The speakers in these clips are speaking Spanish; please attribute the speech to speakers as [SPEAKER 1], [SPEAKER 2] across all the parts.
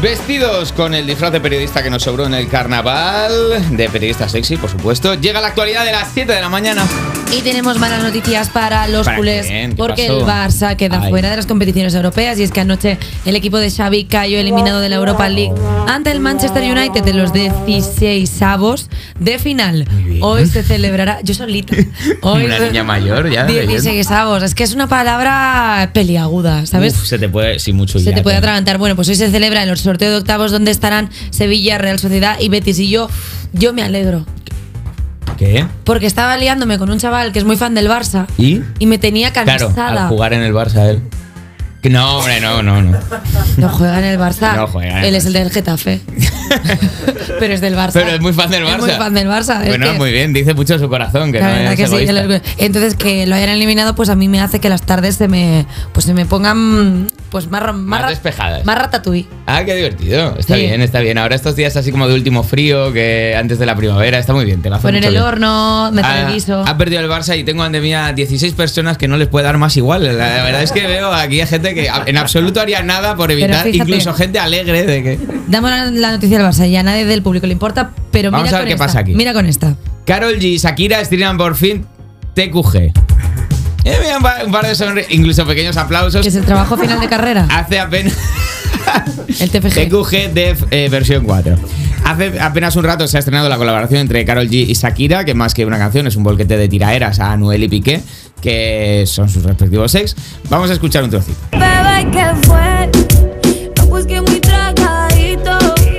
[SPEAKER 1] Vestidos con el disfraz de periodista que nos sobró en el carnaval, de periodista sexy, por supuesto, llega la actualidad de las 7 de la mañana.
[SPEAKER 2] Y tenemos malas noticias para los
[SPEAKER 1] ¿Para
[SPEAKER 2] culés
[SPEAKER 1] quién? ¿Qué
[SPEAKER 2] porque
[SPEAKER 1] pasó?
[SPEAKER 2] el Barça queda
[SPEAKER 1] Ay.
[SPEAKER 2] fuera de las competiciones europeas y es que anoche el equipo de Xavi cayó eliminado de la Europa League ante el Manchester United de los 16 avos de final. Hoy se celebrará, yo solita, hoy
[SPEAKER 3] Una
[SPEAKER 2] se-
[SPEAKER 3] niña mayor ya. leyendo.
[SPEAKER 2] 16 avos, es que es una palabra peliaguda, ¿sabes?
[SPEAKER 3] Uf, se te puede, sí, mucho ¿eh?
[SPEAKER 2] Se te
[SPEAKER 3] hiato.
[SPEAKER 2] puede atragantar. Bueno, pues hoy se celebra el sorteo de octavos donde estarán Sevilla, Real Sociedad y Betis. Y yo, yo me alegro.
[SPEAKER 3] ¿Qué?
[SPEAKER 2] Porque estaba liándome con un chaval que es muy fan del Barça
[SPEAKER 3] ¿Y?
[SPEAKER 2] y me tenía
[SPEAKER 3] Claro,
[SPEAKER 2] cansada.
[SPEAKER 3] al jugar en el Barça él. Que No, hombre, no, no, no.
[SPEAKER 2] No juega en el Barça.
[SPEAKER 3] No juega en el
[SPEAKER 2] Él es
[SPEAKER 3] Barça.
[SPEAKER 2] el del Getafe. Pero es del Barça.
[SPEAKER 3] Pero es muy fan del Barça.
[SPEAKER 2] Es muy fan del Barça. es
[SPEAKER 3] Bueno,
[SPEAKER 2] que-
[SPEAKER 3] muy bien, dice mucho de su corazón, que
[SPEAKER 2] la
[SPEAKER 3] no
[SPEAKER 2] verdad
[SPEAKER 3] es
[SPEAKER 2] que sí, que
[SPEAKER 3] egoísta.
[SPEAKER 2] los- Entonces que lo hayan eliminado, pues a mí me hace que las tardes se me, pues se me pongan, pues más, ra-
[SPEAKER 3] Más
[SPEAKER 2] ra-
[SPEAKER 3] despejadas.
[SPEAKER 2] Más ratatouille.
[SPEAKER 3] Ah, qué divertido. Está
[SPEAKER 2] Sí.
[SPEAKER 3] bien, está bien. Ahora estos días así como de último frío, que antes de la primavera, está muy bien. Te va a hacer
[SPEAKER 2] Poner
[SPEAKER 3] mucho
[SPEAKER 2] el
[SPEAKER 3] bien. Ah,
[SPEAKER 2] horno, meter
[SPEAKER 3] Ha,
[SPEAKER 2] el guiso.
[SPEAKER 3] ha perdido el Barça y tengo ante mí a 16 personas que no les puede dar más igual. La, la verdad es que veo aquí a gente que a- en absoluto haría nada por evitar,
[SPEAKER 2] fíjate.
[SPEAKER 3] incluso gente alegre de que...
[SPEAKER 2] Damos la, la noticia del Barça y a nadie del público le importa, pero
[SPEAKER 3] Vamos
[SPEAKER 2] mira
[SPEAKER 3] a ver
[SPEAKER 2] con
[SPEAKER 3] qué
[SPEAKER 2] esta.
[SPEAKER 3] pasa aquí.
[SPEAKER 2] Mira con esta.
[SPEAKER 3] Carol G y Shakira estrenan por fin TQG. Eh, mira, un, par, un par de sonrisas, incluso pequeños aplausos.
[SPEAKER 2] Que es el trabajo final de carrera.
[SPEAKER 3] Hace apenas...
[SPEAKER 2] El TFG.
[SPEAKER 3] TQG Def eh, versión 4. Hace apenas un rato se ha estrenado la colaboración entre Carol G y Shakira, que más que una canción es un volquete de tiraeras a Anuel y Piqué, que son sus respectivos ex. Vamos a escuchar un trocito.
[SPEAKER 4] Bebé, ¿qué fue? Lo busqué muy tragadito.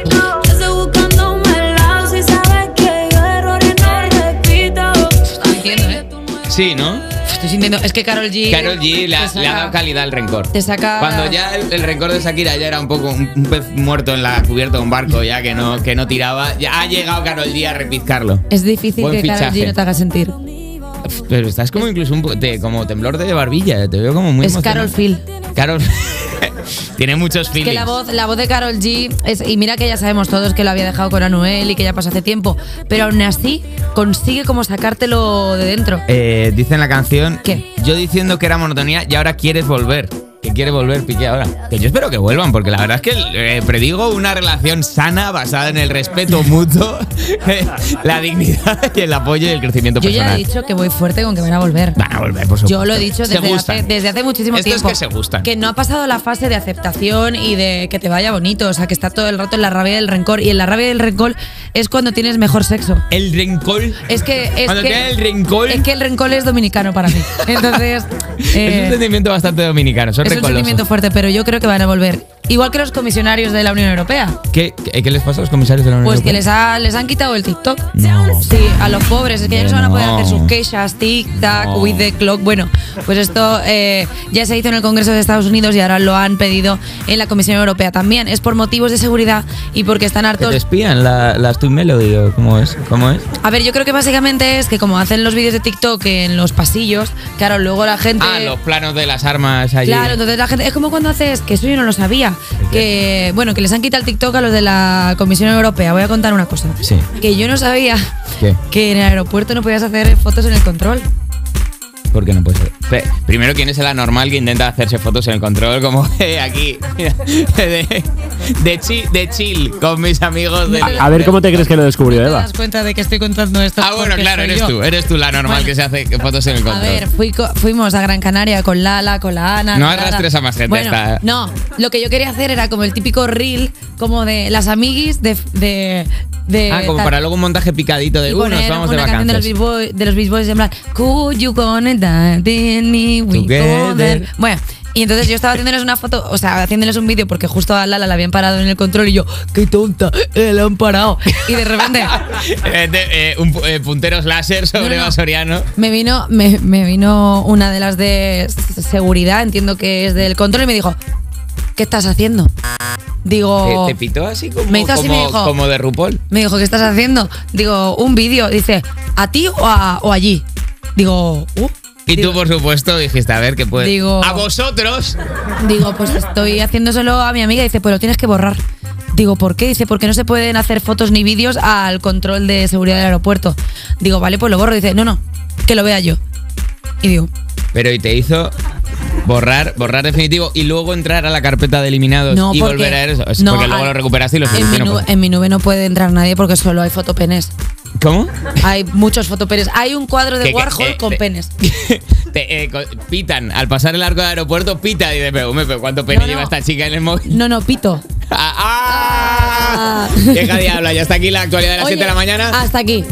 [SPEAKER 4] Yo estoy buscando un melao. Si sabes que yo errores no repito.
[SPEAKER 2] Entiendo, ¿eh?
[SPEAKER 3] Sí, ¿no?
[SPEAKER 2] Estoy sintiendo. Es que Carol G.
[SPEAKER 3] Carol G le ha,
[SPEAKER 2] Te saca-
[SPEAKER 3] le ha dado calidad al rencor.
[SPEAKER 2] Te saca-
[SPEAKER 3] Cuando ya el, el rencor de Shakira ya era un poco un, un pez muerto en la cubierta de un barco, ya que no, que no tiraba, ya ha llegado Carol G a repizcarlo.
[SPEAKER 2] Es difícil
[SPEAKER 3] Buen
[SPEAKER 2] que Carol
[SPEAKER 3] fichaje.
[SPEAKER 2] G no te haga sentir.
[SPEAKER 3] Uf, Pero estás como incluso un po- te- como temblor de barbilla, te veo como muy
[SPEAKER 2] es
[SPEAKER 3] emocionado.
[SPEAKER 2] Carol Phil.
[SPEAKER 3] Carol tiene muchos
[SPEAKER 2] Es
[SPEAKER 3] feelings.
[SPEAKER 2] Que la voz, la voz de Carol G. es- y mira que ya sabemos todos que lo había dejado con Anuel y que ya pasó hace tiempo. Pero aún así, consigue como sacártelo de dentro.
[SPEAKER 3] Eh, dice en la canción
[SPEAKER 2] ¿Qué?
[SPEAKER 3] Yo diciendo que era monotonía y ahora quieres volver Que quiere volver Piqué ahora Que yo espero que vuelvan porque la verdad es que eh, Predigo una relación sana basada en el respeto mutuo eh, La dignidad y el apoyo y el crecimiento
[SPEAKER 2] Yo
[SPEAKER 3] personal
[SPEAKER 2] ya he dicho que voy fuerte con que van a volver.
[SPEAKER 3] Van a volver, por supuesto
[SPEAKER 2] Yo lo he dicho
[SPEAKER 3] Se
[SPEAKER 2] desde
[SPEAKER 3] gustan.
[SPEAKER 2] hace, desde hace muchísimo
[SPEAKER 3] Esto es
[SPEAKER 2] tiempo.
[SPEAKER 3] que se gustan.
[SPEAKER 2] Que no ha pasado la fase de aceptación y de que te vaya bonito. O sea, que está todo el rato en la rabia del rencor. Y en la rabia del rencor es cuando tienes mejor sexo.
[SPEAKER 3] El rencor
[SPEAKER 2] Es que. Es
[SPEAKER 3] Cuando
[SPEAKER 2] que,
[SPEAKER 3] tiene el rencor
[SPEAKER 2] Es que el rencor es dominicano para mí. Entonces.
[SPEAKER 3] Es
[SPEAKER 2] eh,
[SPEAKER 3] un sentimiento bastante dominicano Son
[SPEAKER 2] es un
[SPEAKER 3] recolosos.
[SPEAKER 2] sentimiento fuerte, pero yo creo que van a volver. Igual que los comisionarios de la Unión Europea.
[SPEAKER 3] ¿Qué, qué, qué les pasa a los comisarios de la Unión
[SPEAKER 2] Pues que
[SPEAKER 3] Europea?
[SPEAKER 2] les, ha- les han quitado el TikTok.
[SPEAKER 3] No.
[SPEAKER 2] Sí, a los pobres. Es que ya no se van a poder
[SPEAKER 3] No.
[SPEAKER 2] hacer sus quejas. Tic-tac,
[SPEAKER 3] No.
[SPEAKER 2] with the clock. Bueno, pues esto eh, ya se hizo en el Congreso de Estados Unidos y ahora lo han pedido en la Comisión Europea también. Es por motivos de seguridad y porque están
[SPEAKER 3] ¿Que te
[SPEAKER 2] hartos.
[SPEAKER 3] espían la- las Twin Melody o cómo es? ¿Cómo es?
[SPEAKER 2] A ver, yo creo que básicamente es que como hacen los vídeos de TikTok en los pasillos, claro, luego la gente...
[SPEAKER 3] Ah, los planos de las armas allí
[SPEAKER 2] Eh, Claro, entonces la gente. Es como cuando haces. Que eso yo no lo sabía. Que. Bueno, que les han quitado el TikTok a los de la Comisión Europea. Voy a contar una cosa.
[SPEAKER 3] Sí.
[SPEAKER 2] Que yo no sabía.
[SPEAKER 3] ¿Qué?
[SPEAKER 2] Que en el aeropuerto no podías hacer fotos en el control.
[SPEAKER 3] ¿Por qué no puede ser? Pe- Primero, ¿quién es el anormal que intenta hacerse fotos en el control? Como eh, aquí, mira, de, de, chi- de chill con mis amigos de...
[SPEAKER 5] A ver cómo te crees que lo descubrió
[SPEAKER 2] ¿Te
[SPEAKER 5] Eva.
[SPEAKER 2] das cuenta de que estoy contando esto?
[SPEAKER 3] Ah, bueno,
[SPEAKER 2] porque
[SPEAKER 3] claro,
[SPEAKER 2] soy
[SPEAKER 3] eres
[SPEAKER 2] yo.
[SPEAKER 3] tú, eres tú la normal
[SPEAKER 2] Bueno.
[SPEAKER 3] que se hace fotos en el
[SPEAKER 2] A
[SPEAKER 3] control.
[SPEAKER 2] ver, fui co- fuimos a Gran Canaria con Lala, con la Ana.
[SPEAKER 3] No
[SPEAKER 2] con la-
[SPEAKER 3] arrastres a más gente ¿eh?
[SPEAKER 2] Bueno,
[SPEAKER 3] hasta-
[SPEAKER 2] No, lo que yo quería hacer era como el típico reel, como de las amiguis de. de, de
[SPEAKER 3] ah, como
[SPEAKER 2] tal.
[SPEAKER 3] para luego un montaje picadito de
[SPEAKER 2] eh, y
[SPEAKER 3] unos,
[SPEAKER 2] poner
[SPEAKER 3] vamos de
[SPEAKER 2] una canción de los
[SPEAKER 3] vacaciones.
[SPEAKER 2] Beach Boys, de los Beach Boys en plan Could you gonna die in me we
[SPEAKER 3] Together.
[SPEAKER 2] together?" Bueno, y entonces yo estaba haciéndoles una foto, o sea, haciéndoles un vídeo porque justo a Lala la habían parado en el control y yo, qué tonta, eh, la han parado. Y de repente
[SPEAKER 3] Eh, de- eh, un pu- eh, punteros láser sobre
[SPEAKER 2] No, no.
[SPEAKER 3] Vasoriano.
[SPEAKER 2] me vino me, me vino una de las de s- seguridad, entiendo que es del control y me dijo, "¿Qué estás haciendo?" Digo,
[SPEAKER 3] Eh, te pitó así como,
[SPEAKER 2] Oh. Me hizo así,
[SPEAKER 3] como,
[SPEAKER 2] me dijo.
[SPEAKER 3] como de RuPaul.
[SPEAKER 2] Me dijo, ¿qué estás haciendo? Digo, un vídeo. Dice, ¿a ti o, a- o allí? Digo, uh.
[SPEAKER 3] Y
[SPEAKER 2] Digo-
[SPEAKER 3] tú, por supuesto, dijiste, a ver, ¿qué puede...?
[SPEAKER 2] Digo-
[SPEAKER 3] A vosotros...
[SPEAKER 2] Digo, pues estoy haciéndoselo a mi amiga. Dice, pues lo tienes que borrar. Digo, ¿por qué? Dice, porque no se pueden hacer fotos ni vídeos al control de seguridad del aeropuerto. Digo, vale, pues lo borro. Dice, no, no, que lo vea yo. Y digo,
[SPEAKER 3] Pero y te hizo borrar, borrar definitivo y luego entrar a la carpeta de eliminados
[SPEAKER 2] no,
[SPEAKER 3] y
[SPEAKER 2] porque,
[SPEAKER 3] volver a eso.
[SPEAKER 2] no,
[SPEAKER 3] porque luego
[SPEAKER 2] al-
[SPEAKER 3] lo recuperaste y lo pues.
[SPEAKER 2] en mi,
[SPEAKER 3] solucionó.
[SPEAKER 2] nube, en mi nube no puede entrar nadie porque solo hay fotopenes.
[SPEAKER 3] ¿Cómo?
[SPEAKER 2] Hay muchos fotopenes. Hay un cuadro
[SPEAKER 3] Que-
[SPEAKER 2] de
[SPEAKER 3] que-
[SPEAKER 2] Warhol
[SPEAKER 3] eh,
[SPEAKER 2] con
[SPEAKER 3] te-
[SPEAKER 2] penes.
[SPEAKER 3] te, eh, co- pitan, al pasar el arco del aeropuerto, pita y dices, pero, hombre, pero ¿cuánto pene
[SPEAKER 2] No, no.
[SPEAKER 3] lleva esta chica en el móvil?
[SPEAKER 2] No, no, pito.
[SPEAKER 3] ¡Ah! ah!
[SPEAKER 2] Ah.
[SPEAKER 3] ¡Qué diabla! Ya está aquí la actualidad de las
[SPEAKER 2] Oye,
[SPEAKER 3] 7 de la mañana.
[SPEAKER 2] Hasta aquí.